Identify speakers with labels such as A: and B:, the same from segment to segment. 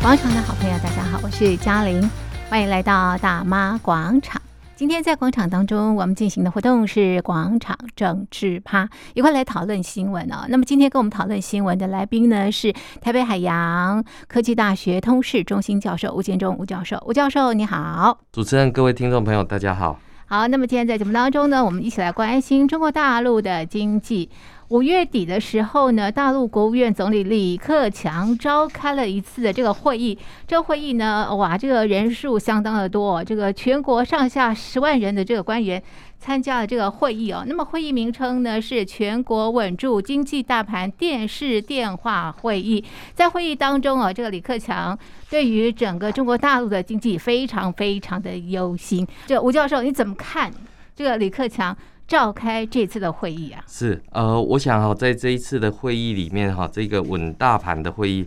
A: 广场的好朋友，大家好，我是嘉玲，欢迎来到大妈广场。今天在广场当中，我们进行的活动是广场政治趴，一块来讨论新闻哦。那么今天跟我们讨论新闻的来宾呢，是台北海洋科技大学通识中心教授吴建中吴教授。吴教授你好，
B: 主持人、各位听众朋友，大家好。
A: 好，那么今天在节目当中呢，我们一起来关心中国大陆的经济。五月底的时候呢，大陆国务院总理李克强召开了一次的这个会议。这会议呢，哇，这个人数相当的多、哦，这个全国上下十万人的这个官员参加了这个会议哦。那么会议名称呢是“全国稳住经济大盘电视电话会议”。在会议当中哦，这个李克强对于整个中国大陆的经济非常非常的忧心。这吴教授你怎么看这个李克强召开这次的会议啊？
B: 是呃，我想哈、在这一次的会议里面哈、这个稳大盘的会议，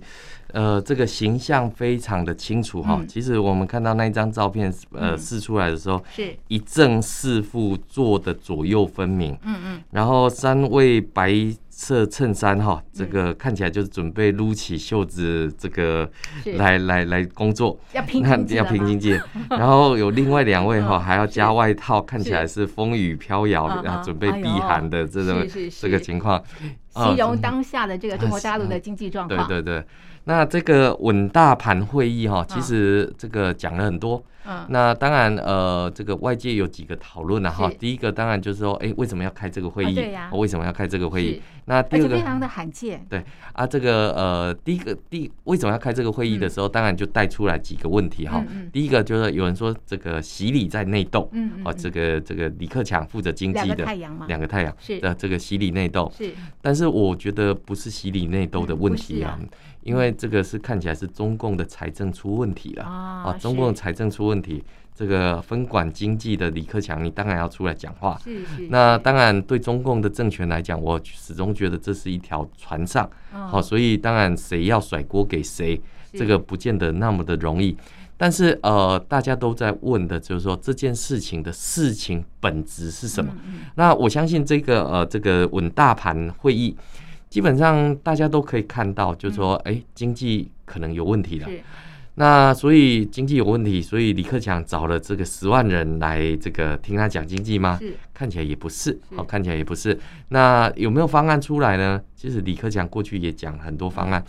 B: 呃，这个形象非常的清楚哈、
A: 嗯
B: 其实我们看到那一张照片呃
A: 嗯
B: 试出来的时候，
A: 是，
B: 一正四负做的左右分明，
A: 嗯嗯。
B: 然后三位白色衬衫哈、这个
A: 嗯
B: 看起来就是准备撸起袖子这个
A: 是
B: 来来来工作。
A: 要平
B: 那
A: 经济
B: 要
A: 了
B: 平
A: 吗
B: 经济，然后有另外两位哈，
A: 嗯
B: 还要加外套，看起来是风雨飘摇，
A: 嗯
B: 然
A: 嗯
B: 后准备
A: 哎呦
B: 避寒的这种
A: 是是是
B: 这个情况。啊
A: 形容当下的这个中国大陆的经济状
B: 对
A: 况。
B: 对对，那这个稳大盘会议哈，
A: 嗯
B: 其实这个讲了很多。
A: 嗯，
B: 那当然呃，这个外界有几个讨论了哈
A: 是。
B: 第一个当然就是说，哎，为什么要开这个会
A: 啊
B: 议
A: 对呀？
B: 哦为什么要开这个会
A: 是哎
B: 议？那
A: 而
B: 第
A: 且
B: 二个
A: 非常的罕见。
B: 啊，这个呃，第一个第为什么要开这个会议的时候，当然就带出来几个问题哈。
A: 嗯嗯嗯
B: 第一个就是有人说这个洗礼在内斗。
A: 嗯嗯，
B: 哦，
A: 嗯
B: 这个这个李克强负责经
A: 两
B: 济
A: 个
B: 的
A: 太阳嘛，
B: 两个太阳
A: 是
B: 的这个洗礼内斗，
A: 是
B: 但是我觉得不是洗礼内斗的问题啊，
A: 嗯
B: 因为这个是看起来是中共的财政出问题了
A: 啊
B: 哦中共的财政出问题，这个分管经济的李克强，你当然要出来讲话。
A: 是是
B: 那当然，对中共的政权来讲，我始终觉得这是一条船上，好、
A: 好
B: 所以当然谁要甩锅给谁，这个不见得那么的容易。但是呃，大家都在问的就是说这件事情的事情本质是什么？？
A: 嗯嗯
B: 那我相信这个呃这个稳大盘会议，基本上大家都可以看到，就是说哎、诶经济可能有问题了。
A: 嗯是
B: 那所以经济有问题，所以李克强找了这个十万人来这个听他讲经济吗？
A: 是
B: 看起来也不是，
A: 是
B: 哦，看起来也不是。那有没有方案出来呢？其实李克强过去也讲很多方案，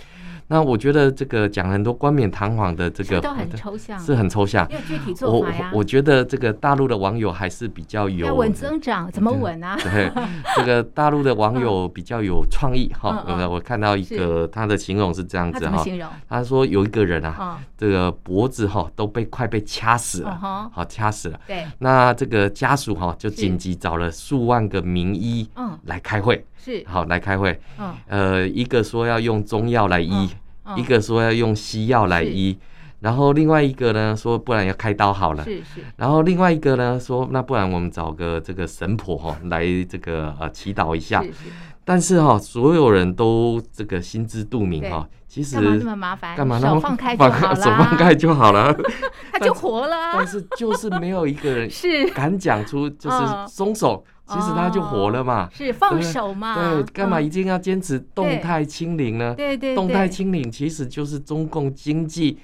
B: 那我觉得这个讲很多冠冕堂皇的这
A: 这
B: 个
A: 都很抽象，
B: 是很抽象。
A: 没有具体
B: 我
A: 做
B: 我
A: 法呀。
B: 我觉得这个大陆的网友还是比较有
A: 要稳增长，怎么稳啊？
B: 对，这个大陆的网友比较有创意
A: 嗯
B: 哈。
A: 嗯嗯
B: 呃，我看到一个他的形容是这样
A: 他
B: 子
A: 怎么
B: 哈，啊
A: 形容？
B: 他说有一个人啊，
A: 啊，
B: 这个脖子哈都被快被掐死
A: 哦
B: 了，
A: 哈，
B: 好掐死了。
A: 对，
B: 那这个家属哈就是紧急找了数万个名医
A: 嗯，
B: 来开会，
A: 是，
B: 好来开会。
A: 嗯，
B: 呃，一个说要用中药来医，
A: 嗯
B: 一个说要用西药来
A: 是
B: 医，然后另外一个呢说不然要开刀好了。
A: 是是
B: 然后另外一个呢说，那不然我们找个这个神婆哈、来这个呃祈祷一下。
A: 是是，
B: 但是哈、所有人都这个心知肚明
A: 对
B: 哈、其实
A: 干嘛这么麻烦？
B: 干嘛那
A: 手
B: 么
A: 放开就
B: 放
A: 好啦，
B: 手放开就 好了。
A: 他就活了啊。
B: 但是就是没有一个人
A: 是
B: 敢讲出就是
A: 嗯
B: 松手，其实他就活了嘛。
A: 是，放
B: 对
A: 手嘛。
B: 对，干嘛
A: 嗯
B: 一定要坚持动态清零呢？
A: 对对，
B: 动
A: 对
B: 态清零其实就是中共经济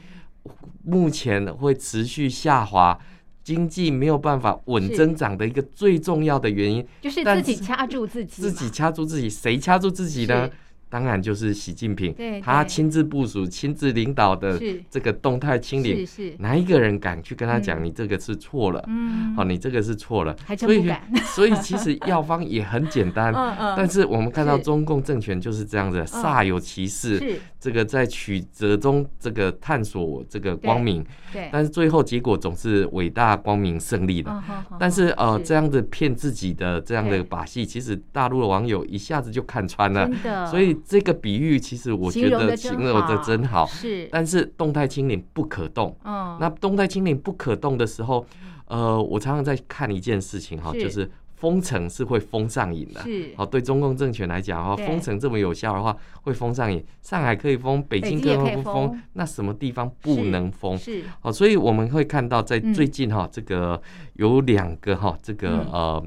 B: 目前会持续下滑，经济没有办法稳
A: 是
B: 增长的一个最重要的原因。
A: 就是
B: 但
A: 自己
B: 是
A: 掐住自己嘛，
B: 自己掐住自己，谁掐住自己呢
A: 是？
B: 当然就是习近平
A: 对，
B: 他
A: 对
B: 亲自部署、亲自领导的
A: 是
B: 这个动态清
A: 是，
B: 零
A: 是，
B: 哪一个人敢去跟他讲
A: 嗯
B: 你这个是错了？
A: 嗯，
B: 哦好，你这个是错了，
A: 还真
B: 所以
A: 不敢。
B: 所以其实药方也很简单，
A: 嗯嗯，
B: 但是我们看到
A: 是嗯
B: 中共政权就是这样子，煞有其事，
A: 是
B: 这个在曲折中这个探索这个光明，
A: 对，
B: 但是最后结果总是伟大光明胜利的。
A: 嗯好好
B: 但是呃，
A: 是
B: 这样的骗自己的这样的
A: 对
B: 把戏，其实大陆的网友一下子就看穿了。
A: 真的，
B: 所以这个比喻，其实我觉
A: 形容
B: 得
A: 得
B: 形
A: 真
B: 容的
A: 好
B: 真好。
A: 是，
B: 但是动态清零不可动，
A: 嗯，
B: 那动态清零不可动的时候，呃，我常常在看一件事情哈，
A: 是
B: 就是封城是会封上瘾的。
A: 是
B: 好，对中共政权来讲的话，
A: 对
B: 封城这么有效的话，会封上瘾。上海可以封，北
A: 北
B: 京
A: 京也
B: 更
A: 可以
B: 不
A: 封
B: 封，那什么地方不
A: 是
B: 能封？
A: 是
B: 好，所以我们会看到在
A: 嗯
B: 最近哈、这个有两个哈、这个、
A: 嗯
B: 呃。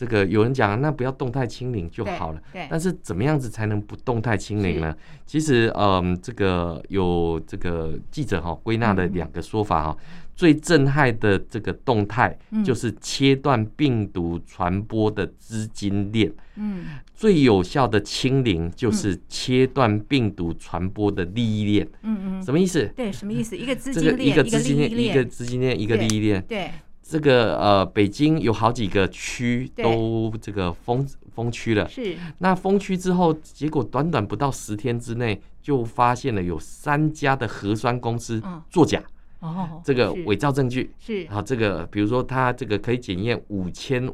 B: 这个有人讲，那不要动态清零就好了。
A: 对，
B: 但是怎么样子才能不动态清零呢？其实，嗯，这个有这个记者哈、归纳了两个说法哈、最震撼的这个动态
A: 嗯
B: 就是切断病毒传播的资金链，
A: 嗯
B: 最有效的清零就是切断病毒传播的利益链。
A: 嗯嗯，
B: 什么意思？
A: 对，什么意思？一个资
B: 这
A: 金
B: 个
A: 链，
B: 一个资金
A: 利益
B: 链，一个
A: 链，
B: 资金链，一个利益链。
A: 对，
B: 这个呃，北京有好几个区
A: 对
B: 都这个封封区了。
A: 是，
B: 那封区之后，结果短短不到十天之内，就发现了有三家的核酸公司
A: 嗯
B: 作假，
A: 哦，
B: 这个
A: 是
B: 伪造证据。
A: 是，
B: 好，这个比如说他这个可以检验五千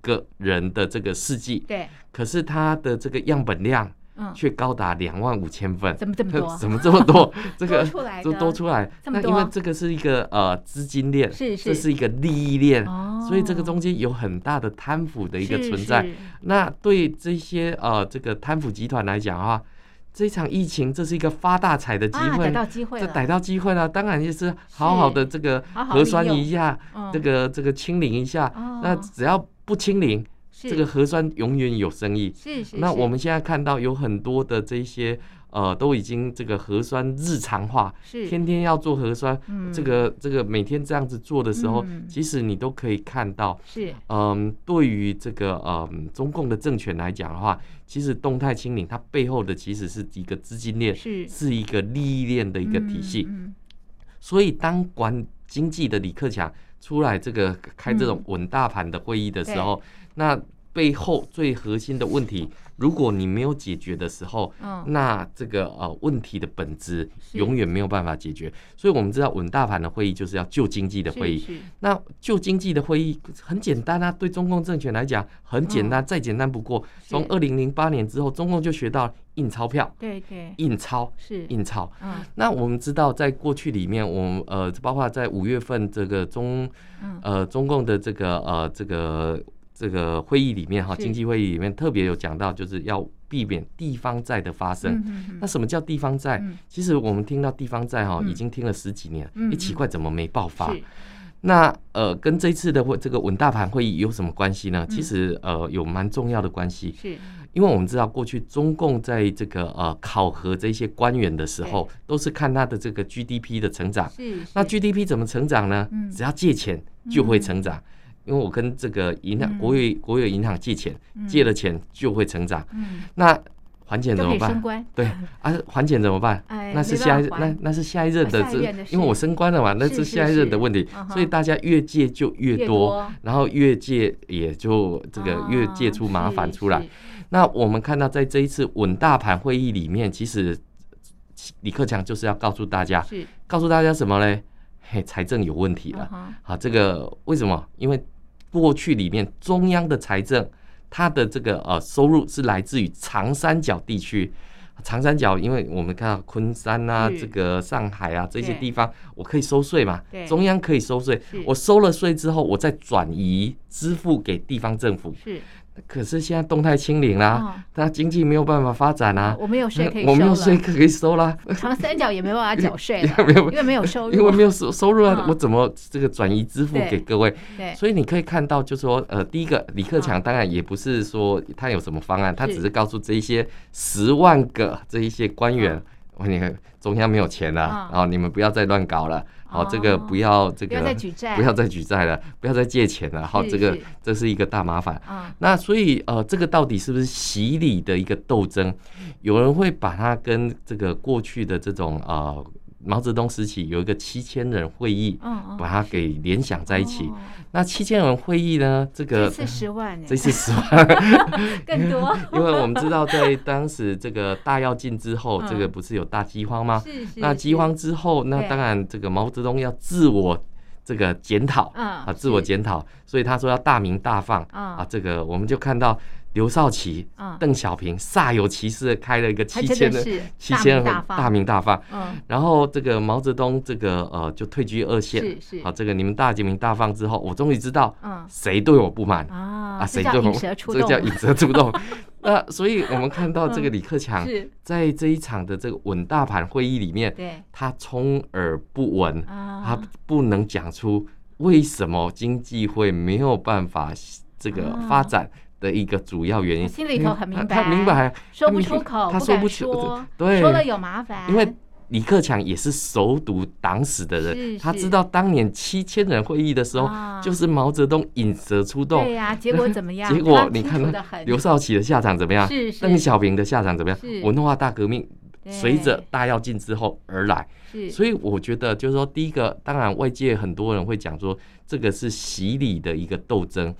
B: 个人的这个试剂，
A: 对，
B: 可是他的这个样本量
A: 嗯，
B: 却高达两万五千份。
A: 怎么这么多？
B: 怎么这么 多？这个
A: 多出来
B: 都
A: 的
B: 多出来。
A: 这么
B: 那
A: 多
B: 因为这个是一个呃资金链，
A: 是是
B: 这是一个利益链，
A: 哦
B: 所以这个中间有很大的贪腐的一个
A: 是
B: 存在。
A: 是
B: 那对这些呃这个贪腐集团来讲的话，这场疫情这是一个发大财的机
A: 啊，
B: 会，
A: 逮到机会
B: 这
A: 了，
B: 逮到机会了，当然就是好好的这个
A: 好好
B: 核酸
A: 利用
B: 一下，
A: 嗯
B: 这个这个清零一下。
A: 哦
B: 那只要不清零，
A: 是
B: 这个核酸永远有生意。
A: 是是，
B: 那
A: 是
B: 我们现在看到有很多的这些呃，都已经这个核酸日常化，
A: 是
B: 天天要做核酸，
A: 嗯
B: 这个这个每天这样子做的时候，
A: 嗯
B: 其实你都可以看到，
A: 是
B: 嗯，对于这个嗯中共的政权来讲的话，其实动态清零它背后的其实是一个资金链，
A: 是
B: 是一个利益链的一个体系。
A: 嗯
B: 所以当管经济的李克强出来这个开
A: 嗯
B: 这种稳大盘的会议的时候，那背后最核心的问题，如果你没有解决的时候，
A: 嗯嗯
B: 那这个呃问题的本质
A: 是
B: 永远没有办法解决。所以我们知道稳大盘的会议就是要救经济的会议。
A: 是是
B: 那救经济的会议很简单啊，对中共政权来讲很简单，再简单不过。
A: 是
B: 从二零零八年之后，中共就学到印钞票、
A: 对对
B: 印钞、
A: 是
B: 印钞。
A: 嗯
B: 那我们知道，在过去里面，我们呃，包括在五月份这个中
A: 嗯
B: 呃中共的这个呃这个这个会议里面哈，
A: 是
B: 经济会议里面特别有讲到，就是要避免地方债的发生。
A: 嗯
B: 啊那什么叫地方债？
A: 嗯
B: 其实我们听到地方债哈，
A: 嗯
B: 已经听了十几年，哎、
A: 嗯嗯
B: 奇怪，怎么没爆发？
A: 是
B: 那呃，跟这次的会这个稳大盘会议有什么关系呢？
A: 嗯
B: 其实呃，有蛮重要的关系，
A: 是
B: 因为我们知道过去中共在这个呃考核这些官员的时候，都是看他的这个 GDP 的成长。
A: 是
B: 啊那
A: 是
B: GDP 怎么成长呢？
A: 嗯
B: 只要借钱就会成长。因为我跟这个银行、
A: 嗯
B: 国有国有银行借钱，
A: 嗯
B: 借了钱就会成长。
A: 嗯
B: 那还钱
A: 都
B: 怎
A: 可
B: 么
A: 以升
B: 办？
A: 官
B: 对啊，还钱怎么办？
A: 哎
B: 那是
A: 没
B: 下一
A: 办法还
B: 那那是下一任的
A: 啊下一任的，事
B: 因为我升官了嘛，那
A: 是
B: 是
A: 是
B: 下一任的
A: 是
B: 问题
A: 嗯，哼
B: 所以大家越借就越多，然后越借也就这个越
A: 啊
B: 借出麻烦
A: 是
B: 出来
A: 是。
B: 那我们看到在这一次稳大盘会议里面，其实李克强就是要告诉大家，
A: 是
B: 告诉大家什么嘞？嘿，财政有问题
A: 嗯
B: 了。
A: 哼
B: 好，这个为什么？因为过去里面中央的财政，它的这个呃收入是来自于长三角地区。长三角，因为我们看到昆山啊，
A: 是
B: 这个上海啊这些
A: 对
B: 地方，我可以收税嘛
A: 对，
B: 中央可以收税
A: 是，
B: 我收了税之后，我再转移支付给地方政府。
A: 是
B: 可是现在动态清零啦
A: 哦，
B: 它、经济没有办法发展啦、
A: 我没有税可以
B: 啊我没有
A: 收
B: 税
A: 了，
B: 可以收啦，，
A: 长三角也没办法缴税了
B: 没有
A: 因为没有收入，
B: 因为没有收收入啊，
A: 嗯
B: 我怎么这个转移支付
A: 对
B: 给各位？
A: 对
B: 所以你可以看到，就说呃，第一个李克强当然也不是说他有什么方案，他只是告诉这一些十万个这一些官员
A: 嗯，
B: 我你看中央没有钱了，然
A: 嗯
B: 后你们不要再乱搞了，好，这个
A: 哦
B: 不要这
A: 不要再
B: 个
A: 举债，
B: 不要再举债了，不要再借钱了，好，
A: 是
B: 这个
A: 是
B: 这是一个大麻烦。
A: 啊
B: 那所以呃，这个到底是不是洗礼的一个斗争？有人会把它跟这个过去的这种呃毛泽东时期有一个七千人会议，
A: 嗯嗯
B: 把它给联想在一起。
A: 哦
B: 那七千人会议呢？这
A: 这
B: 个
A: 次十万呢，哎
B: 这次十万，
A: 更多
B: 因为我们知道在当时这个大跃进之后，
A: 嗯
B: 这个不是有大饥荒吗？
A: 是是
B: 啊那饥
A: 是
B: 荒之后，那
A: 对
B: 当然这个毛泽东要自我这个检讨
A: 嗯
B: 啊，自我
A: 是
B: 检讨，所以他说要大鸣大放
A: 嗯
B: 啊。这个我们就看到刘少奇、
A: 嗯
B: 邓小平煞有其事的开了一个
A: 还
B: 七千
A: 真的
B: 人。
A: 是
B: 七千人
A: 大名大
B: 大
A: 方，
B: 鸣大放，
A: 嗯，
B: 然后这个毛泽东这个呃就退居二线，
A: 是是
B: 好，这个你们大鸣大放之后，我终于知道
A: 嗯
B: 谁对我不满
A: 啊，这
B: 谁
A: 叫
B: 对我
A: 引蛇出
B: 这
A: 洞
B: 叫
A: 嘛，
B: 引蛇 出洞。 那所以我们看到这个李克强
A: 是，
B: 在这一场的这个稳大盘会议里面，
A: 对
B: 他充耳不闻，他
A: 啊，
B: 不能讲出为什么经济会没有办法这个
A: 啊
B: 发展的一个主要原因。
A: 他心里头很明白
B: 他他明白，
A: 说不出口，
B: 他
A: 不
B: 说
A: 敢
B: 不出
A: 说，
B: 对
A: 说了有麻烦，
B: 因为李克强也是熟读党史的
A: 是
B: 人，他
A: 是
B: 知道当年七千人会议的时候，
A: 啊
B: 就是毛泽东引蛇出洞
A: 对，呀，结果怎么样？
B: 结果
A: 他
B: 你
A: 清
B: 看
A: 楚
B: 他
A: 得很
B: 刘少奇的下场怎么样？
A: 是是
B: 邓小平的下场怎么样
A: 是？
B: 文化大革命
A: 对
B: 随着大跃进之后而来，
A: 是
B: 所以我觉得就是说，第一个，当然外界很多人会讲说这个是洗礼的一个斗争，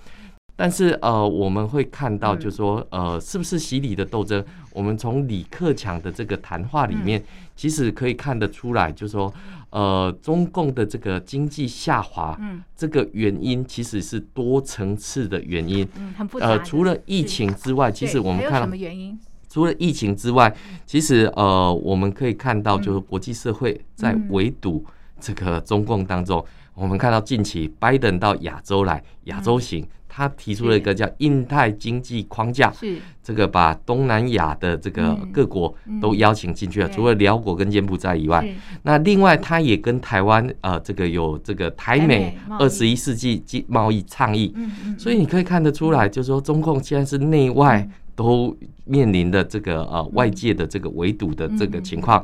B: 但是呃，我们会看到
A: 嗯
B: 就是说，呃，是不是洗礼的斗争？我们从李克强的这个谈话里
A: 嗯
B: 面，其实可以看得出来，就是说，呃，中共的这个经济下滑，
A: 嗯
B: 这个原因其实是多层次的原因。
A: 嗯，很复杂的。
B: 呃，除了疫情之外，其
A: 对
B: 实我们
A: 还有
B: 看
A: 什
B: 到
A: 么原因？
B: 除了疫情之外，其实呃，我们可以看到，就是国际社会在
A: 嗯
B: 围堵这个中共当中，我们看到近期拜登到亚洲来，
A: 嗯
B: 亚洲行，他提出了一个叫印太经济框架，
A: 是
B: 这个把东南亚的这个
A: 嗯
B: 各国都邀请进去了，
A: 对
B: 除了辽国跟柬埔寨以外，
A: 是
B: 那另外他也跟台湾呃这个有这个台
A: 台美
B: 美
A: 贸易
B: 二十一世纪经贸易倡议，
A: 嗯嗯，
B: 所以你可以看得出来，就是说中共现在是内外都面临的这个呃外界的这个围堵的这个情况。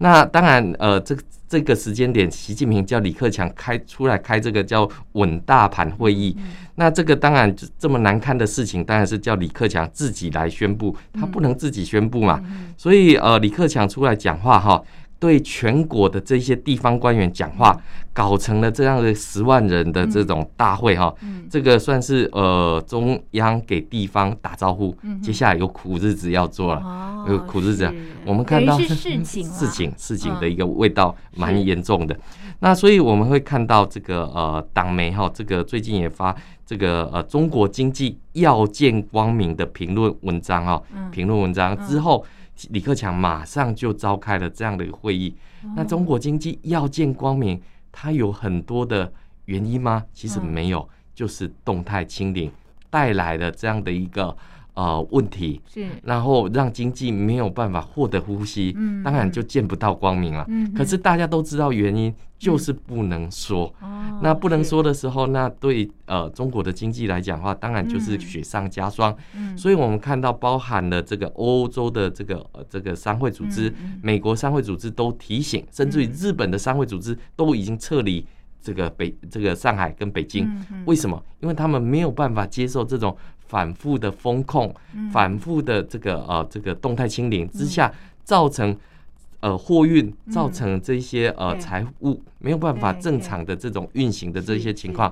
B: 那当然，呃，这这个时间点，习近平叫李克强开出来开这个叫稳大盘会议。那这个当然这这么难堪的事情，当然是叫李克强自己来宣布，他不能自己宣布
A: 嗯
B: 嘛。所以呃，李克强出来讲话哈。对全国的这些地方官员讲话，搞成了这样的十万人的这种大会哈、
A: 嗯
B: 这个算是呃中央给地方打招呼，
A: 嗯哼
B: 接下来有苦日子要做了。
A: 哦
B: 有苦日子啊
A: 是
B: 我们看到
A: 等于是事情啦
B: 事情事情
A: 嗯
B: 的一个味道蛮
A: 是
B: 严重的，那所以我们会看到这个呃党媒哈，这个最近也发这个呃中国经济要见光明的评论文章哈，
A: 嗯
B: 评论文章之后，李克强马上就召开了这样的一个会议。
A: 哦
B: 那中国经济要见光明，它有很多的原因吗？其实
A: 嗯
B: 没有，就是动态清零带来了这样的一个呃问题，
A: 是
B: 然后让经济没有办法获得呼吸，
A: 嗯
B: 当然就见不到光明了。
A: 嗯，
B: 可是大家都知道原因，就是不能说。
A: 哦
B: 那不能
A: 是
B: 说的时候，那对呃中国的经济来讲的话，当然就是
A: 嗯
B: 雪上加霜。
A: 嗯
B: 所以我们看到包含了这个欧洲的这个、呃、这个商会组织
A: 嗯、嗯
B: 美国商会组织都提醒，甚至于
A: 嗯
B: 日本的商会组织都已经撤离这个北这个上海跟北京。
A: 嗯嗯
B: 为什么？因为他们没有办法接受这种反复的风控、
A: 嗯
B: 反复的这个呃这个动态清零之下，造成呃货运
A: 嗯
B: 造成这些呃
A: 对
B: 财务没有办法
A: 对
B: 正
A: 对
B: 常的这种运行的这
A: 是
B: 些情况。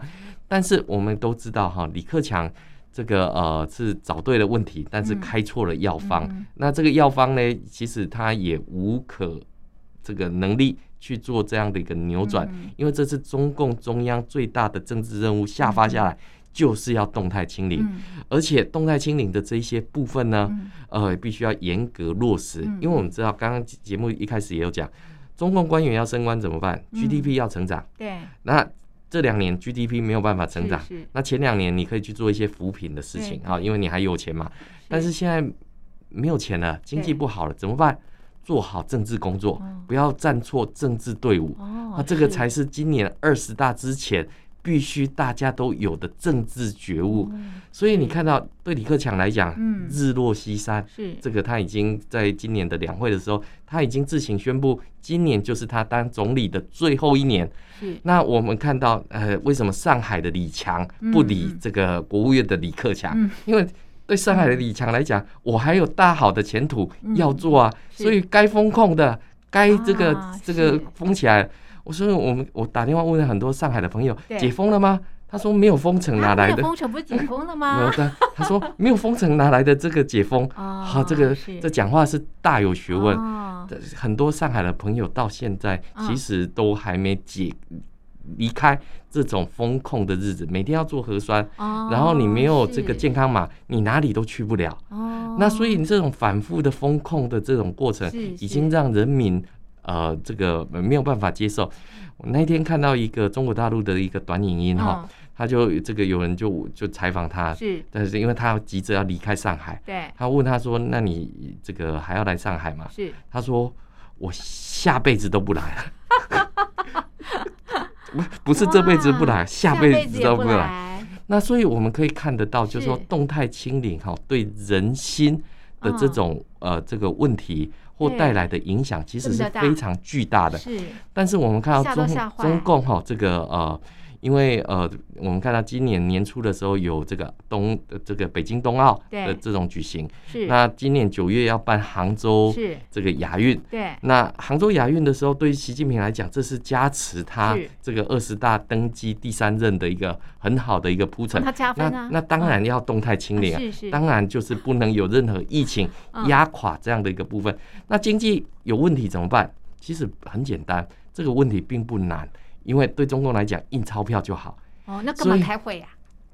B: 但是我们都知道哈，李克强。这个呃是找对了问题，但是
A: 嗯
B: 开错了药方。
A: 嗯嗯
B: 那这个药方呢，其实他也无可这个能力去做这样的一个扭转，
A: 嗯
B: 因为这是中共中央最大的政治任务下发下来，就是要动态清零，
A: 嗯
B: 而且动态清零的这一些部分呢，
A: 嗯
B: 呃，必须要严格落实，
A: 嗯
B: 因为我们知道刚刚节目一开始也有讲，中共官员要升官怎么办
A: 嗯
B: ？GDP 要成长，
A: 对
B: 那这两年 GDP 没有办法成长，
A: 是是
B: 那前两年你可以去做一些扶贫的事情
A: 对
B: 啊，因为你还有钱嘛。但是现在没有钱了，经济不好了，怎么办？做好政治工作
A: 哦，
B: 不要站错政治队伍。
A: 哦，
B: 那这个
A: 是
B: 才是今年二十大之前必须大家都有的政治觉悟。所以你看到，对李克强来讲
A: 哦嗯，
B: 日落西山，
A: 是
B: 这个他已经在今年的两会的时候，他已经自行宣布，今年就是他当总理的最后一年。
A: 是
B: 那我们看到，呃，为什么上海的李强
A: 嗯
B: 不理
A: 嗯
B: 这个国务院的李克强？
A: 嗯
B: 因为对上海的李强来讲，我还有大好的前途
A: 嗯
B: 要做啊，
A: 是
B: 所以该风控的，该这个、
A: 啊
B: 这个
A: 是
B: 封起来。我说我们我打电话问了很多上海的朋友，
A: 对
B: 解封了吗？他说没有封城哪
A: 啊
B: 来
A: 那
B: 的？
A: 封城不是啊解封了
B: 没有
A: 吗？
B: 的，他说没有封城哪来的这个 解封？
A: 啊
B: 啊，这个
A: 是
B: 这讲话是大有学问。
A: 哦
B: 但是很多上海的朋友到现在
A: 嗯
B: 其实都还没解离开这种风控的日子，每天要做核酸，
A: 哦
B: 然后你没有这
A: 是
B: 个健康码，你哪里都去不了。
A: 哦，
B: 那所以你这种反复的风控的这种过程
A: 是，
B: 已经让人民呃这个呃没有办法接受。我那天看到一个中国大陆的一个短影音哈，
A: 嗯
B: 他就这个有人就就采访他，
A: 是
B: 但是因为他急着要离开上海，
A: 对
B: 他问他说：“那你这个还要来上海吗？”
A: 是
B: 他说：“我下辈子都不来 了。”不不是这辈子不来，
A: 下
B: 下辈子
A: 也
B: 都
A: 不
B: 来。
A: 来，
B: 那所以我们可以看得到，就是说
A: 是
B: 动态清零哈、对人心的这
A: 嗯
B: 种、呃这个问题或
A: 对
B: 带来的影响，其
A: 这
B: 实
A: 么
B: 是
A: 的大
B: 非常巨大的。
A: 是
B: 但是我们看到
A: 吓都
B: 中
A: 吓坏
B: 中共哈、这个呃，因为呃，我们看到今年年初的时候有这个冬呃这个北京冬奥
A: 对
B: 的这种举行，
A: 是
B: 那今年九月要办杭州
A: 是，
B: 这个亚运。
A: 对
B: 那杭州亚运的时候，对于习近平来讲，这是加持他
A: 是
B: 这个二十大登基第三任的一个很好的一个铺陈
A: 帮。他加
B: 那
A: 分啊，
B: 那当然要动态
A: 嗯
B: 清零啊，
A: 是是，
B: 当然就是不能有任何疫情
A: 嗯
B: 压垮这样的一个部分。那经济有问题怎么办？其实很简单，这个问题并不难，因为对中共来讲，印钞票就好。
A: 哦，那干
B: 所
A: 嘛
B: 以
A: 开会呀？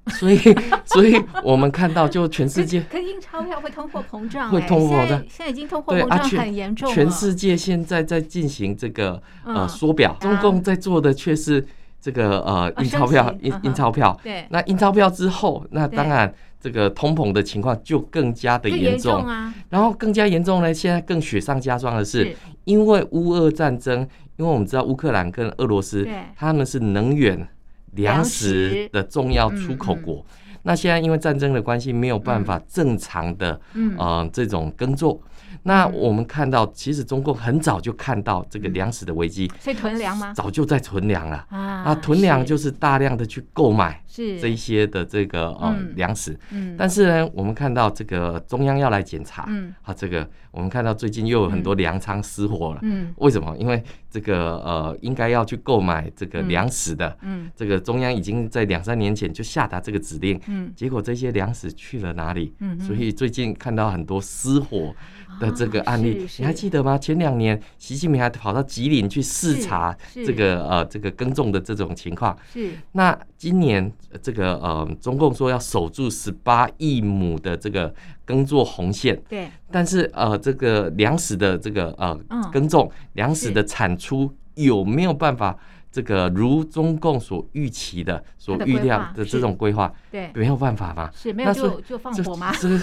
B: 所 以，所以我们看到，就全世界
A: 可是印钞票会通货膨胀哎，
B: 会通货膨胀
A: 现在现在已经通货
B: 对
A: 膨
B: 啊
A: 胀
B: 全
A: 很严重了，
B: 全世界现在在进行这个呃
A: 嗯
B: 缩表，中
A: 啊
B: 共在做的却是这个呃
A: 啊
B: 印钞票
A: 升，息
B: 印
A: 嗯哼
B: 印钞票。
A: 对
B: 那印钞票之后，那
A: 对
B: 当然这个通膨的情况就更加的
A: 更
B: 严
A: 严
B: 重。
A: 啊，
B: 然后更加严重呢，现在更雪上加霜的是，因为乌俄战争，因为我们知道乌克兰跟俄罗斯
A: 对，
B: 他们是能源、粮
A: 粮
B: 食
A: 食嗯
B: 的重要出口国。那现在因为战争的关系，没有办法正常的、
A: 嗯
B: 呃这种耕作。那我们看到，其实中共很早就看到这个
A: 嗯
B: 粮食的危机，
A: 所以囤粮吗？
B: 早就在存粮了。
A: 啊
B: 啊，囤粮
A: 是
B: 就是大量的去购买
A: 是
B: 这一些的这个呃
A: 嗯
B: 粮食，
A: 嗯
B: 但是呢，我们看到这个中央要来检查，
A: 嗯
B: 啊，这个我们看到最近又有很多粮仓失火了，
A: 嗯
B: 为什么？因为这个呃，应该要去购买这个
A: 嗯
B: 粮食的，
A: 嗯
B: 这个中央已经在两三年前就下达这个指令，
A: 嗯
B: 结果这些粮食去了哪里？
A: 嗯哼
B: 所以最近看到很多失火的这个案
A: 啊
B: 例，
A: 是是
B: 你还记得吗？前两年习近平还跑到吉林去视察
A: 是是
B: 这个呃这个耕种的这种情况。
A: 是
B: 那今年呃这个呃中共说要守住十八亿亩的这个耕作红线，
A: 对
B: 但是呃，这个粮食的这个呃
A: 嗯
B: 耕种，粮食的产出有没有办法这个如中共所预期的、所
A: 它的
B: 预
A: 规
B: 料
A: 划
B: 的
A: 是
B: 这种规划，
A: 对
B: 没有办法嘛？
A: 是没有
B: 那所以
A: 就就放
B: 这
A: 火吗？
B: 这个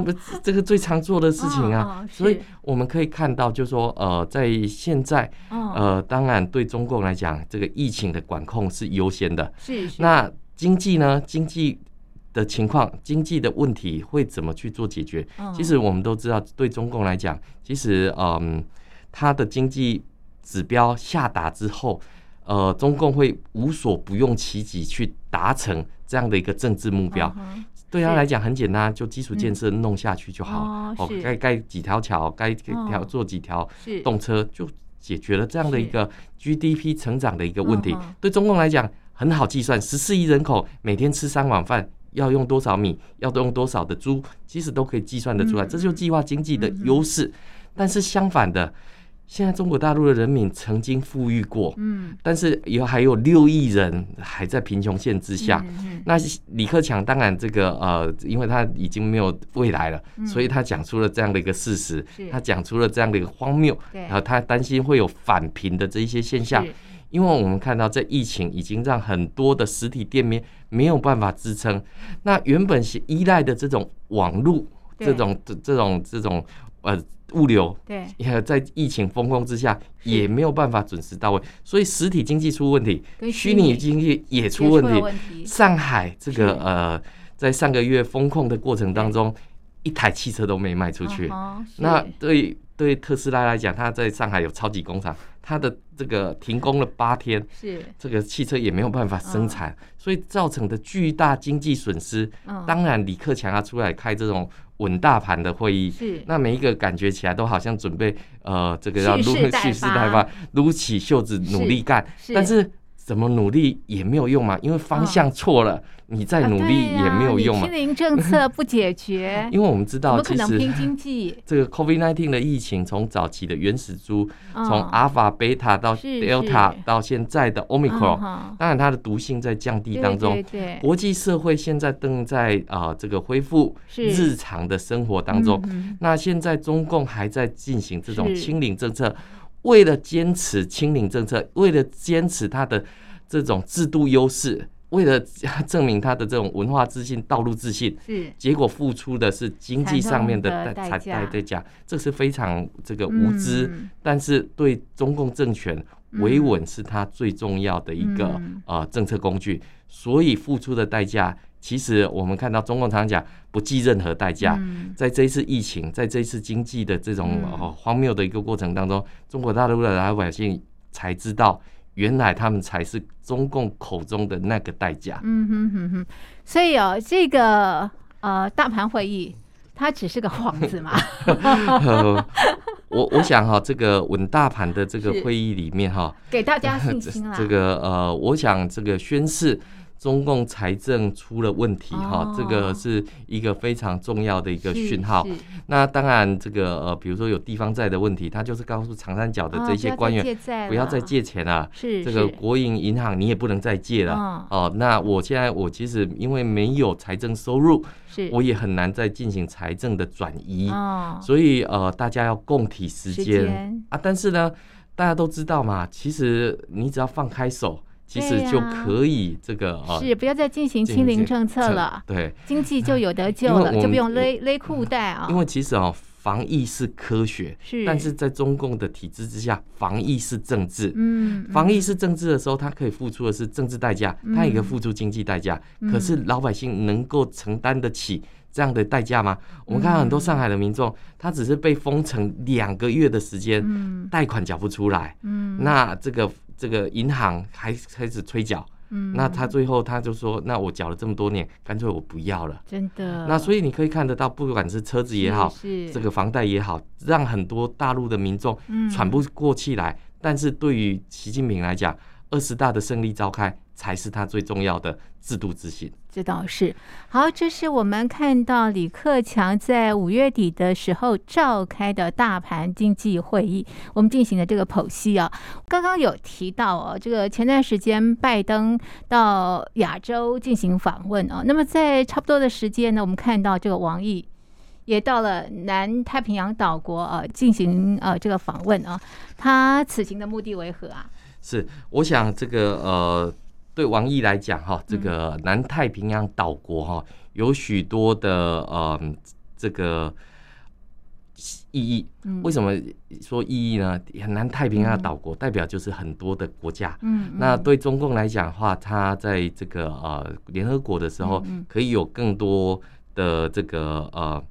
B: 不这个最常做的事情
A: 哦
B: 啊
A: 哦，
B: 所以
A: 是
B: 我们可以看到，就说呃，在现在
A: 哦，
B: 呃，当然对中共来讲，这个疫情的管控是优先的，
A: 是是
B: 那经济呢？经济的情况，经济的问题会怎么去做解决？
A: 嗯
B: 其实我们都知道，对中共来讲，其实嗯，它的经济指标下达之后，呃，中共会无所不用其极去达成这样的一个政治目标。
A: 嗯
B: 对他
A: 是
B: 来讲很简单，就基础建设弄下去就好了
A: 哦。是
B: 该盖几条桥，该给条
A: 哦
B: 做几条
A: 哼是
B: 动车就解决了这样的一
A: 是
B: 个 GDP 成长的一个问题
A: 嗯哼。
B: 对中共来讲很好计算，十四亿人口每天吃三碗饭。要用多少米，要用多少的猪，其实都可以计算得出来，
A: 嗯
B: 这就是计划经济的
A: 嗯哼
B: 优势。但是相反的，现在中国大陆的人民曾经富裕过，
A: 嗯
B: 但是有还有六亿人还在贫穷线之下。
A: 嗯嗯
B: 那李克强当然这个呃，因为他已经没有未来了，
A: 嗯
B: 所以他讲出了这样的一个事实
A: 是，
B: 他讲出了这样的一个荒谬，
A: 对
B: 然后他担心会有反贫的这一些现象
A: 是，
B: 因为我们看到这疫情已经让很多的实体店面没有办法支撑，那原本是依赖的这种网络
A: 对
B: 这种这这种这种呃物流
A: 对
B: 也在疫情风控之下，也没有办法准时到位，所以实体经济出问题，
A: 跟虚
B: 虚
A: 拟
B: 拟经济也
A: 也
B: 出问
A: 了
B: 题。
A: 问题
B: 上海这
A: 是
B: 个呃，在上个月风控的过程当中，一台汽车都没卖出去。
A: 嗯哼是
B: 那对对特斯拉来讲，它在上海有超级工厂，它的这个停工了八天，
A: 是
B: 这个汽车也没有办法生产，所以造成的巨大经济损失。
A: 嗯
B: 当然，李克强要出来开这种稳大盘的会议，
A: 是
B: 那每一个感觉起来都好像准备呃，这个要
A: 蓄
B: 撸
A: 势待
B: 蓄势
A: 发
B: 待发，撸起袖子努力干。
A: 是啊嗯
B: 但是怎么努力也没有用嘛，因为方向错了，你再
A: 啊
B: 努力
A: 对
B: 也
A: 呀
B: 没有用
A: 你
B: 嘛。
A: 清零政策不解决
B: ，因为我们知
A: 怎
B: 道，
A: 么可
B: 其
A: 能拼
B: 实
A: 经济？
B: 这个 COVID-19 的疫情从早期的原始株，
A: 嗯
B: 从阿尔法、贝塔到
A: 是
B: Delta
A: 是
B: 到现在的 Omicron，
A: 哈
B: 当然它的毒性在降低
A: 对
B: 当中
A: 对。对
B: 国际社会现在正在啊、呃这个恢复
A: 是
B: 日常的生活当中，
A: 嗯
B: 那现在中共还在进行这种
A: 是
B: 清零政策，为了坚持清零政策，为了坚持它的这种制度优势，为了证明它的这种文化自信、道路自信，
A: 是
B: 结果付出的是经济上面的
A: 惨痛的代价
B: 代代价，这是非常这个无知，
A: 嗯
B: 但是对中共政权维稳是它最重要的一个、
A: 嗯
B: 呃政策工具，所以付出的代价其实我们看到中共常讲不计任何代价，
A: 嗯
B: 在这一次疫情，在这一次经济的这种
A: 嗯
B: 哦荒谬的一个过程当中，中国大陆的老百姓才知道，原来他们才是中共口中的那个代价。
A: 嗯哼哼哼，所以哦，这个呃大盘会议它只是个幌子 嘛，
B: 呃 我我想哈、这个稳大盘的这个
A: 是
B: 会议里面哈、
A: 给大家 信
B: 这
A: 心啦。
B: 这个呃，我想这个宣示中共财政出了问题哈、
A: 哦
B: 这个是一个非常重要的一个
A: 是
B: 讯号。
A: 是
B: 那当然，这个呃，比如说有地方债的问题，他就是告诉长三角的
A: 啊
B: 这些官员，不
A: 不
B: 要
A: 要
B: 再
A: 再借债了，
B: 借钱了。
A: 是
B: 这个
A: 是
B: 国营银行你也不能再借了
A: 嗯
B: 哦。那我现在我其实因为没有财政收入，
A: 是
B: 我也很难再进行财政的转移，
A: 哦，
B: 所以呃，大家要共体时
A: 时
B: 间
A: 间
B: 啊。但是呢，大家都知道嘛，其实你只要放开手，其实
A: 对呀
B: 就可以这个呃
A: 是不要再进行
B: 进
A: 清
B: 行
A: 零
B: 这
A: 政策
B: 这
A: 了，
B: 对，
A: 经济就有得救
B: 因为
A: 了，
B: 我
A: 就不
B: 们
A: 用
B: 我嗯
A: 勒勒裤带啊
B: 因。为其实哦，防疫是科学，
A: 是，
B: 但是在中共的体制之下，防疫是政治。
A: 嗯，嗯
B: 防疫是政治的时候，它可以付出的是政治代价，它也可以付出经济代价。
A: 嗯
B: 可是老百姓能够承担得起这样的代价吗？我们看到很多
A: 嗯
B: 上海的民众，他只是被封城两个月的时间，
A: 嗯
B: 贷款缴不出来，
A: 嗯
B: 那这个这个银行还开始催缴，
A: 嗯，
B: 那他最后他就说，那我缴了这么多年，干脆我不要了。
A: 真的
B: 那所以你可以看得到，不管是车子也好，
A: 嗯是
B: 这个房贷也好，让很多大陆的民众
A: 嗯
B: 喘不过气来。但是对于习近平来讲，二十大的胜利召开才是他最重要的制度执行。
A: 这倒是好，这是我们看到李克强在五月底的时候召开的大盘经济会议，我们进行的这个剖析啊。刚刚有提到哦，这个前段时间拜登到亚洲进行访问哦，那么在差不多的时间呢，我们看到这个王毅。也到了南太平洋岛国啊，进行呃这个访问啊。他此行的目的为何啊？
B: 是，我想这个呃，对王毅来讲哈，这个南太平洋岛国哈，有许多的呃这个意义。
A: 嗯
B: 为什么说意义呢？南太平洋的岛国代表就是很多的国家，
A: 嗯，
B: 那
A: 嗯
B: 对中共来讲的话，它在这个呃联合国的时候
A: 嗯嗯，
B: 可以有更多的这个呃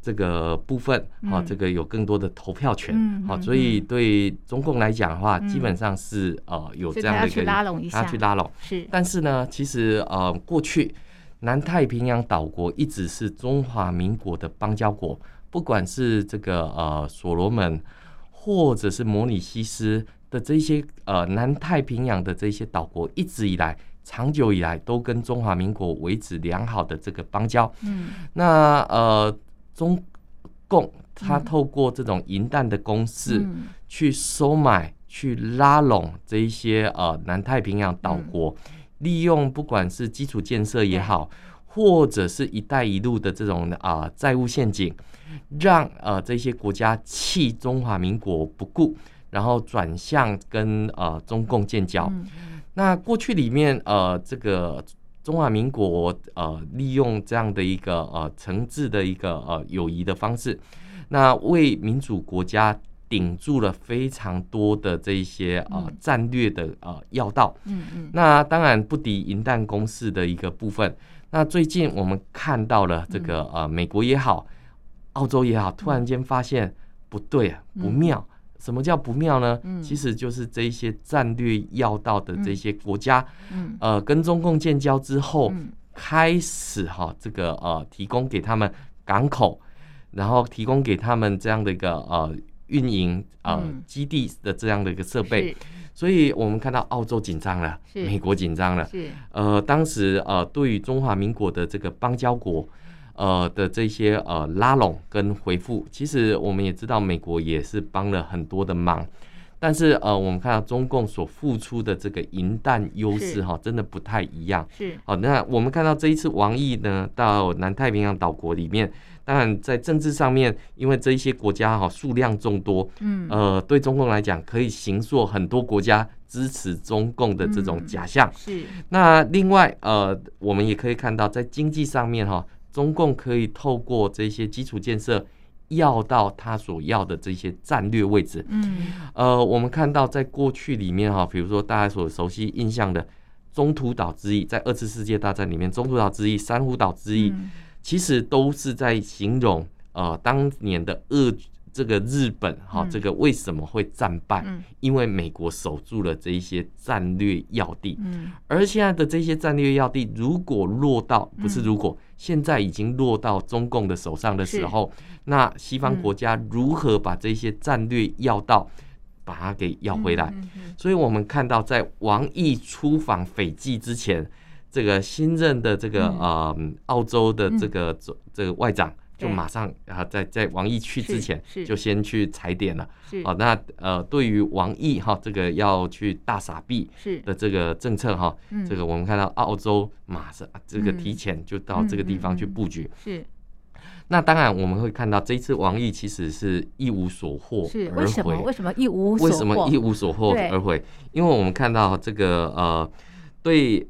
B: 这个部分啊，
A: 嗯
B: 这个有更多的投票权
A: 嗯
B: 啊，
A: 嗯
B: 所以对中共来讲的话，
A: 嗯
B: 基本上是呃有
A: 所
B: 这
A: 以他
B: 样
A: 要
B: 的一
A: 去
B: 个
A: 拉拢一下，
B: 他去拉拢。
A: 是
B: 但是呢，其实呃过去南太平洋岛国一直是中华民国的邦交国，不管是这个呃所罗门或者是摩里西斯的这些呃南太平洋的这些岛国，一直以来长久以来都跟中华民国维持良好的这个邦交。
A: 嗯
B: 那呃中共它透过这种银弹的攻势。
A: 嗯
B: 去收买、去拉拢这一些呃南太平洋岛国，利用不管是基础建设也好，或者是一带一路的这种啊、呃债务陷阱，让呃这些国家弃中华民国不顾，然后转向跟呃中共建交。
A: 嗯
B: 那过去里面呃这个。中华民国呃，利用这样的一个呃诚挚的一个呃友谊的方式，那为民主国家顶住了非常多的这一些呃
A: 嗯
B: 战略的呃要道。
A: 嗯嗯，
B: 那当然不敌银弹攻势的一个部分。那最近我们看到了这个、
A: 嗯
B: 呃，美国也好，澳洲也好，突然间发现不对啊，不妙。什么叫不妙呢？
A: 嗯
B: 其实就是这一些战略要道的这些国家，
A: 嗯
B: 呃，跟中共建交之后，
A: 嗯
B: 开始哈、这个呃提供给他们港口，然后提供给他们这样的一个呃运营呃、
A: 嗯
B: 基地的这样的一个设备。所以我们看到澳洲紧张了，
A: 是
B: 美国紧张了
A: 是。是
B: 呃，当时呃，对于中华民国的这个邦交国，呃的这些呃拉拢跟回复，其实我们也知道，美国也是帮了很多的忙。但是呃，我们看到中共所付出的这个银弹优势
A: 是
B: 哈、真的不太一样。
A: 是
B: 好，那我们看到这一次王毅呢到南太平洋岛国里面，当然在政治上面，因为这一些国家哈、数量众多，
A: 嗯
B: 呃，对中共来讲，可以形塑很多国家支持中共的这种假象。
A: 是
B: 那另外，呃，我们也可以看到，在经济上面哈、中共可以透过这些基础建设，要到他所要的这些战略位置。
A: 嗯
B: 呃，我们看到在过去里面哈、比如说大家所熟悉印象的中途岛之役，在二次世界大战里面，中途岛之役、珊瑚岛之役，
A: 嗯
B: 其实都是在形容呃当年的日这个日本哈、
A: 嗯
B: 这个为什么会战败？
A: 嗯
B: 因为美国守住了这一些战略要地，
A: 嗯
B: 而现在的这些战略要地，如果落到不是
A: 嗯
B: 如果、现在已经落到中共的手上的时候，那西方国家如何把这些战略要道把它给要回来？
A: 嗯嗯
B: 所以我们看到，在王毅出访斐济之前，这个新任的这个、
A: 嗯
B: 呃澳洲的这个、这个外长就
A: 对
B: 马上啊，在在王毅去之
A: 是
B: 前
A: 是
B: 就先去踩点了。
A: 是
B: 好、那呃，对于王毅哈这个要去大傻逼
A: 是
B: 的这个政策哈，
A: 嗯
B: 这个我们看到澳洲马上啊这个
A: 嗯
B: 提前就到这个地方去布局。
A: 是
B: 那当然我们会看到这一次王毅其实是一无所获
A: 是
B: 而
A: 为什么
B: 回
A: 为。什么一无所
B: 为什么
A: 获
B: 一无所获
A: 对
B: 而回？因为我们看到这个呃，对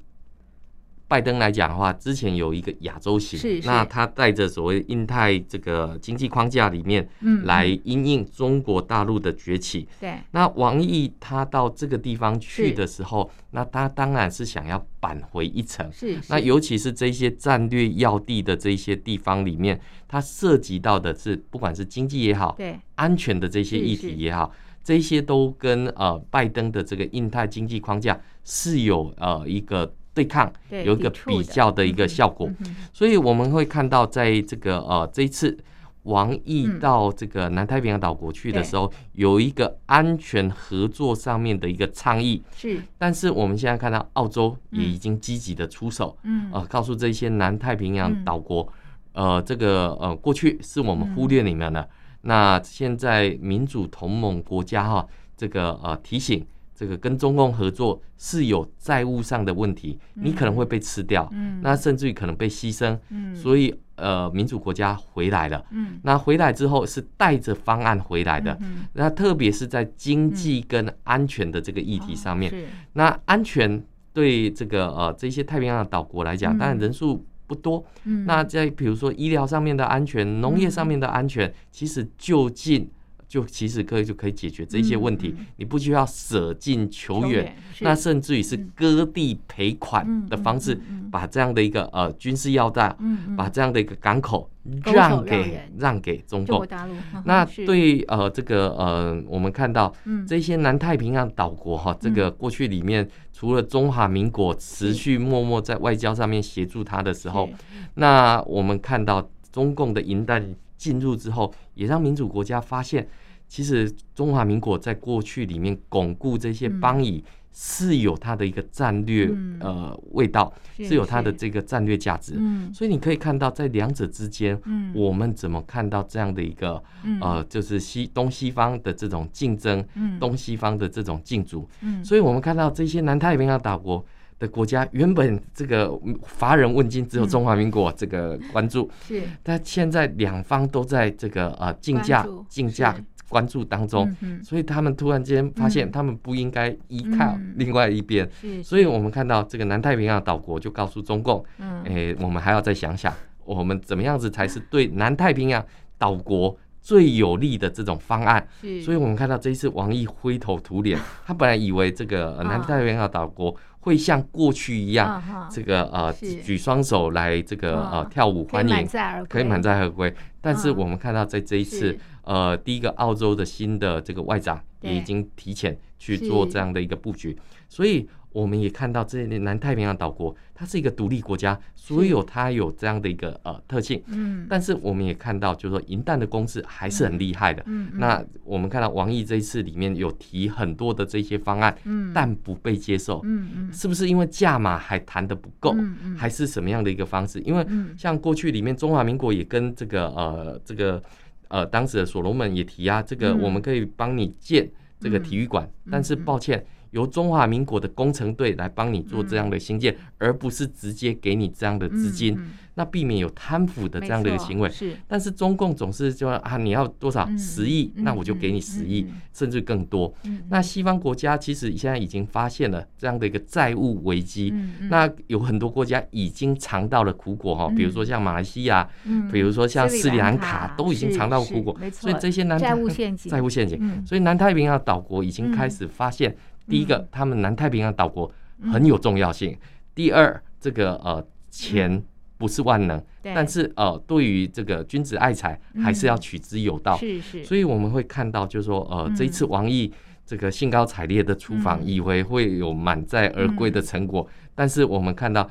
B: 拜登来讲的话，之前有一个亚洲行，
A: 是是
B: 那他带着所谓印太这个经济框架里面
A: 嗯
B: 来因应中国大陆的崛起，
A: 对
B: 那王毅他到这个地方去的时候，那他当然是想要扳回一城。
A: 是
B: 那
A: 是
B: 尤其是这些战略要地的这些地方里面，它涉及到的是不管是经济也好，
A: 对
B: 安全的这些
A: 是
B: 议
A: 是
B: 题也好，这些都跟呃拜登的这个印太经济框架是有呃一个对抗，
A: 对
B: 有一个
A: 抵触
B: 比
A: 的
B: 较的一个效果。
A: 嗯哼
B: 所以我们会看到，在这个呃这一次王毅
A: 嗯
B: 到这个南太平洋岛国去的时候，有一个安全合作上面的一个倡议。
A: 是
B: 但是我们现在看到，澳洲
A: 嗯
B: 也已经积极的出手，
A: 嗯
B: 呃，告诉这些南太平洋岛国，呃，这个呃过去是我们忽略你们了。那现在民主同盟国家哈，这个呃提醒。这个跟中共合作是有债务上的问题，你可能会被吃掉，
A: 嗯
B: 那甚至于可能被牺牲，
A: 嗯
B: 所以呃，民主国家回来了。
A: 嗯
B: 那回来之后是带着方案回来的，
A: 嗯
B: 那特别是在经济跟安全的这个议题上面，
A: 哦是
B: 那安全对这个呃这些太平洋的岛国来讲，
A: 嗯
B: 当然人数不多。
A: 嗯
B: 那在比如说医疗上面的安全、农业上面的安全，其实就近就其实可以就可以解决这些问题
A: 嗯嗯，
B: 你不需要舍近求远。
A: 是
B: 那甚至于是
A: 嗯
B: 割地赔款的方式
A: 嗯嗯嗯嗯，
B: 把这样的一个呃军事要道，
A: 嗯嗯
B: 把这样的一个港口
A: 拱手
B: 让
A: 让
B: 给
A: 人
B: 让给中
A: 中国
B: 共。
A: 大陆
B: 那
A: 嗯是
B: 对呃这个呃，我们看到
A: 嗯
B: 这些南太平洋岛国哈，这个过去里面除了中华民国持续默默在外交上面协助他的时候，那我们看到中共的银弹进入之后，也让民主国家发现，其实中华民国在过去里面巩固这些
A: 嗯
B: 邦谊。是有它的一个战略、
A: 嗯
B: 呃味道，
A: 是
B: 是有它的
A: 是
B: 这个战略价值，
A: 嗯
B: 所以你可以看到在两者之间，
A: 嗯
B: 我们怎么看到这样的一个、
A: 嗯
B: 呃，就是西东西方的这种竞争，
A: 嗯
B: 东西方的这种竞逐，
A: 嗯
B: 所以我们看到这些南太平洋岛国的国家，原本这个嗯乏人问津，只有
A: 嗯
B: 中华民国这个关注，
A: 是
B: 但现在两方都在这个呃竞价
A: 关注、
B: 竞价
A: 是、
B: 关注当中
A: 嗯，哼
B: 所以他们突然间发现，
A: 嗯
B: 他们不应该依靠
A: 嗯
B: 另外一边。
A: 是
B: 所以，我们看到这个南太平洋岛国就告诉中共，
A: 嗯
B: 诶、我们还要再想想，我们怎么样子才是对南太平洋岛国最有利的这种方案。
A: 是
B: 所以我们看到这一次王毅灰头 土脸，他本来以为这个
A: 啊
B: 呃南太平洋岛国会像过去一样，
A: 啊哈
B: 这个呃
A: 是
B: 举举双手来这个
A: 啊
B: 呃跳舞
A: 可以
B: 欢
A: 满
B: 迎，
A: 载而
B: 可以
A: 归
B: 满载而归。但是
A: 啊
B: 我们看到在这一次
A: 是，
B: 呃，第一个澳洲的新的这个外长
A: 对
B: 也已经提前去
A: 是
B: 做这样的一个布局，所以我们也看到这些南太平洋岛国，它是一个独立国家，所以有它有这样的一个呃特性。
A: 嗯
B: 但是我们也看到，就是说银弹的攻势还是很厉害的。
A: 嗯嗯
B: 那我们看到王毅这一次里面有提很多的这些方案，
A: 嗯
B: 但不被接受，
A: 嗯嗯
B: 是不是因为价码还谈的不够，
A: 嗯嗯
B: 还是什么样的一个方式？因为
A: 嗯
B: 像过去里面中华民国也跟这个呃这个呃当时的所罗门也提啊，这个
A: 嗯
B: 我们可以帮你建这个体育馆，但是抱歉。由中华民国的工程队来帮你做这样的兴建，而不是直接给你这样的资金，
A: 嗯嗯嗯
B: 那避免有贪腐的这样的一
A: 没
B: 个
A: 错
B: 行为。
A: 是
B: 但是中共总是就啊，你要多少
A: 嗯
B: 十亿，
A: 嗯
B: 那我就给你
A: 嗯
B: 十亿，
A: 嗯嗯
B: 甚至更多。
A: 嗯
B: 那西方国家其实现在已经发现了这样的一个债务危机，
A: 嗯嗯
B: 那有很多国家已经尝到了苦果哈、
A: 嗯
B: 比如说像马来西亚，
A: 嗯
B: 比如说像斯里兰卡
A: 卡
B: 都已经
A: 是
B: 尝到
A: 是
B: 苦果
A: 没，
B: 所以
A: 错
B: 这些南
A: 债务陷阱
B: 债务陷阱，
A: 嗯
B: 所以南太平洋岛国已经开始发现，第一个，
A: 嗯
B: 他们南太平洋岛国很有重要性。第二，这个呃钱
A: 嗯
B: 不是万能，
A: 对
B: 但是呃对于这个君子爱财还是要
A: 嗯
B: 取之有道。
A: 是嗯是，
B: 所以我们会看到，就是说呃这一次王毅。这个兴高采烈的出访，
A: 嗯
B: 以为会有满载而归的成果，但是我们看到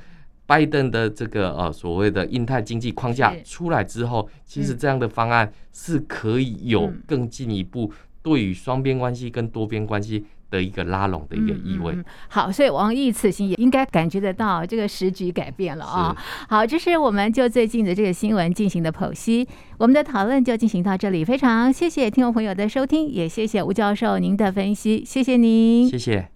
B: 拜登的这个呃所谓的印太经济框架
A: 是
B: 出来之后，其实
A: 嗯
B: 这样的方案是可以有
A: 嗯
B: 更进一步对于双边关系跟多边关系的一个拉拢的一个意味
A: 嗯。嗯嗯好，所以王毅此行也应该感觉得到这个时局改变了啊、好，这是我们就最近的这个新闻进行的剖析，我们的讨论就进行到这里。非常谢谢听众朋友的收听，也谢谢吴教授您的分析，谢谢您，
B: 谢谢。